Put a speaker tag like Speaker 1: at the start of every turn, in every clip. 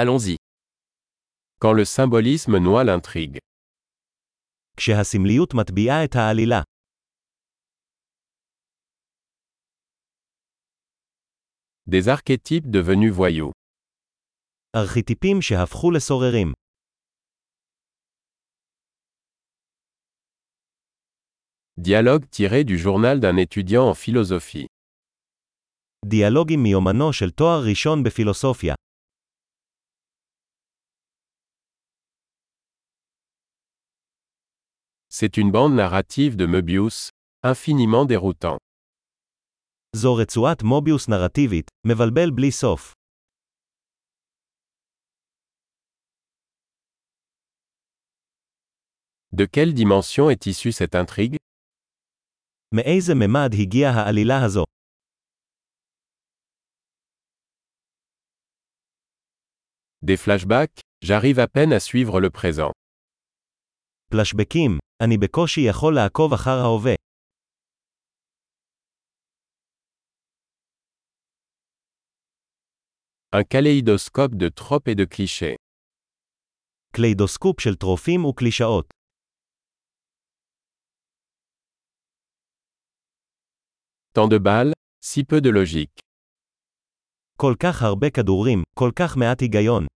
Speaker 1: Allons-y. Quand le symbolisme noie l'intrigue.
Speaker 2: כשהסמליות מטביעה את העלילה,
Speaker 1: Des archétypes devenus voyous.
Speaker 2: ארכיטיפים שהפכו לסוררים,
Speaker 1: Dialogue tiré du journal d'un étudiant en philosophie.
Speaker 2: דיאלוגים מיומנו של תואר ראשון בפילוסופיה,
Speaker 1: C'est une bande narrative de Möbius, infiniment déroutant.
Speaker 2: זו רצועת מוביוס נרטיבית, מבלבל בלי סוף.
Speaker 1: De quelle dimension est issue cette intrigue
Speaker 2: מאיזה ממד הגיעה העלילה הזו?
Speaker 1: Des flashbacks J'arrive à peine à suivre le présent.
Speaker 2: פלשבקים, אני בקושי יכול לעקוב אחר ההווה.
Speaker 1: Un kaléidoscope de tropes et de clichés.
Speaker 2: קליידוסקופ של טרופים וקלישאות.
Speaker 1: Tant de balles, si peu de logique.
Speaker 2: כל כך הרבה כדורים, כל כך מעט היגיון.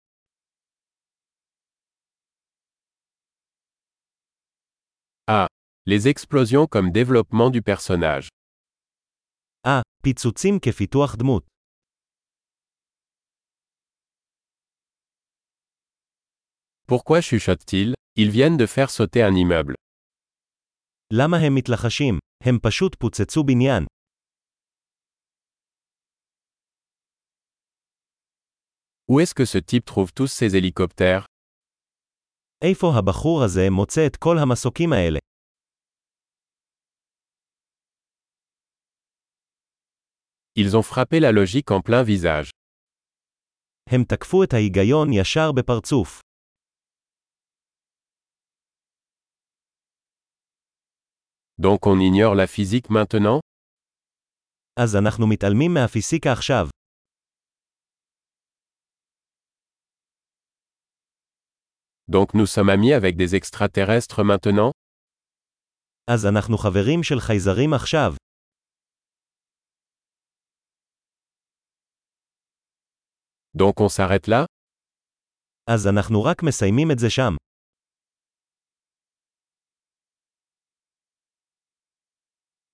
Speaker 1: Les explosions comme développement du personnage.
Speaker 2: אה, פיצוצים כפיתוח דמות.
Speaker 1: Pourquoi chuchotent-ils Ils viennent de faire sauter un immeuble.
Speaker 2: למה הם מתלחשים? הם פשוט פוצצו בניין.
Speaker 1: Où est-ce que ce type trouve tous ces hélicoptères
Speaker 2: איפה הבחור הזה מוצא את כל המסוקים האלה?
Speaker 1: Ils ont frappé la logique en plein visage.
Speaker 2: הם תקפו את ההיגיון ישר בפרצוף.
Speaker 1: Donc on ignore la physique maintenant
Speaker 2: אז אנחנו מתעלמים מהפיסיקה עכשיו.
Speaker 1: Donc nous sommes amis avec des extraterrestres maintenant
Speaker 2: אז אנחנו חברים של חייזרים עכשיו.
Speaker 1: Donc on s'arrête là
Speaker 2: אז אנחנו רק מסיימים את זה שם.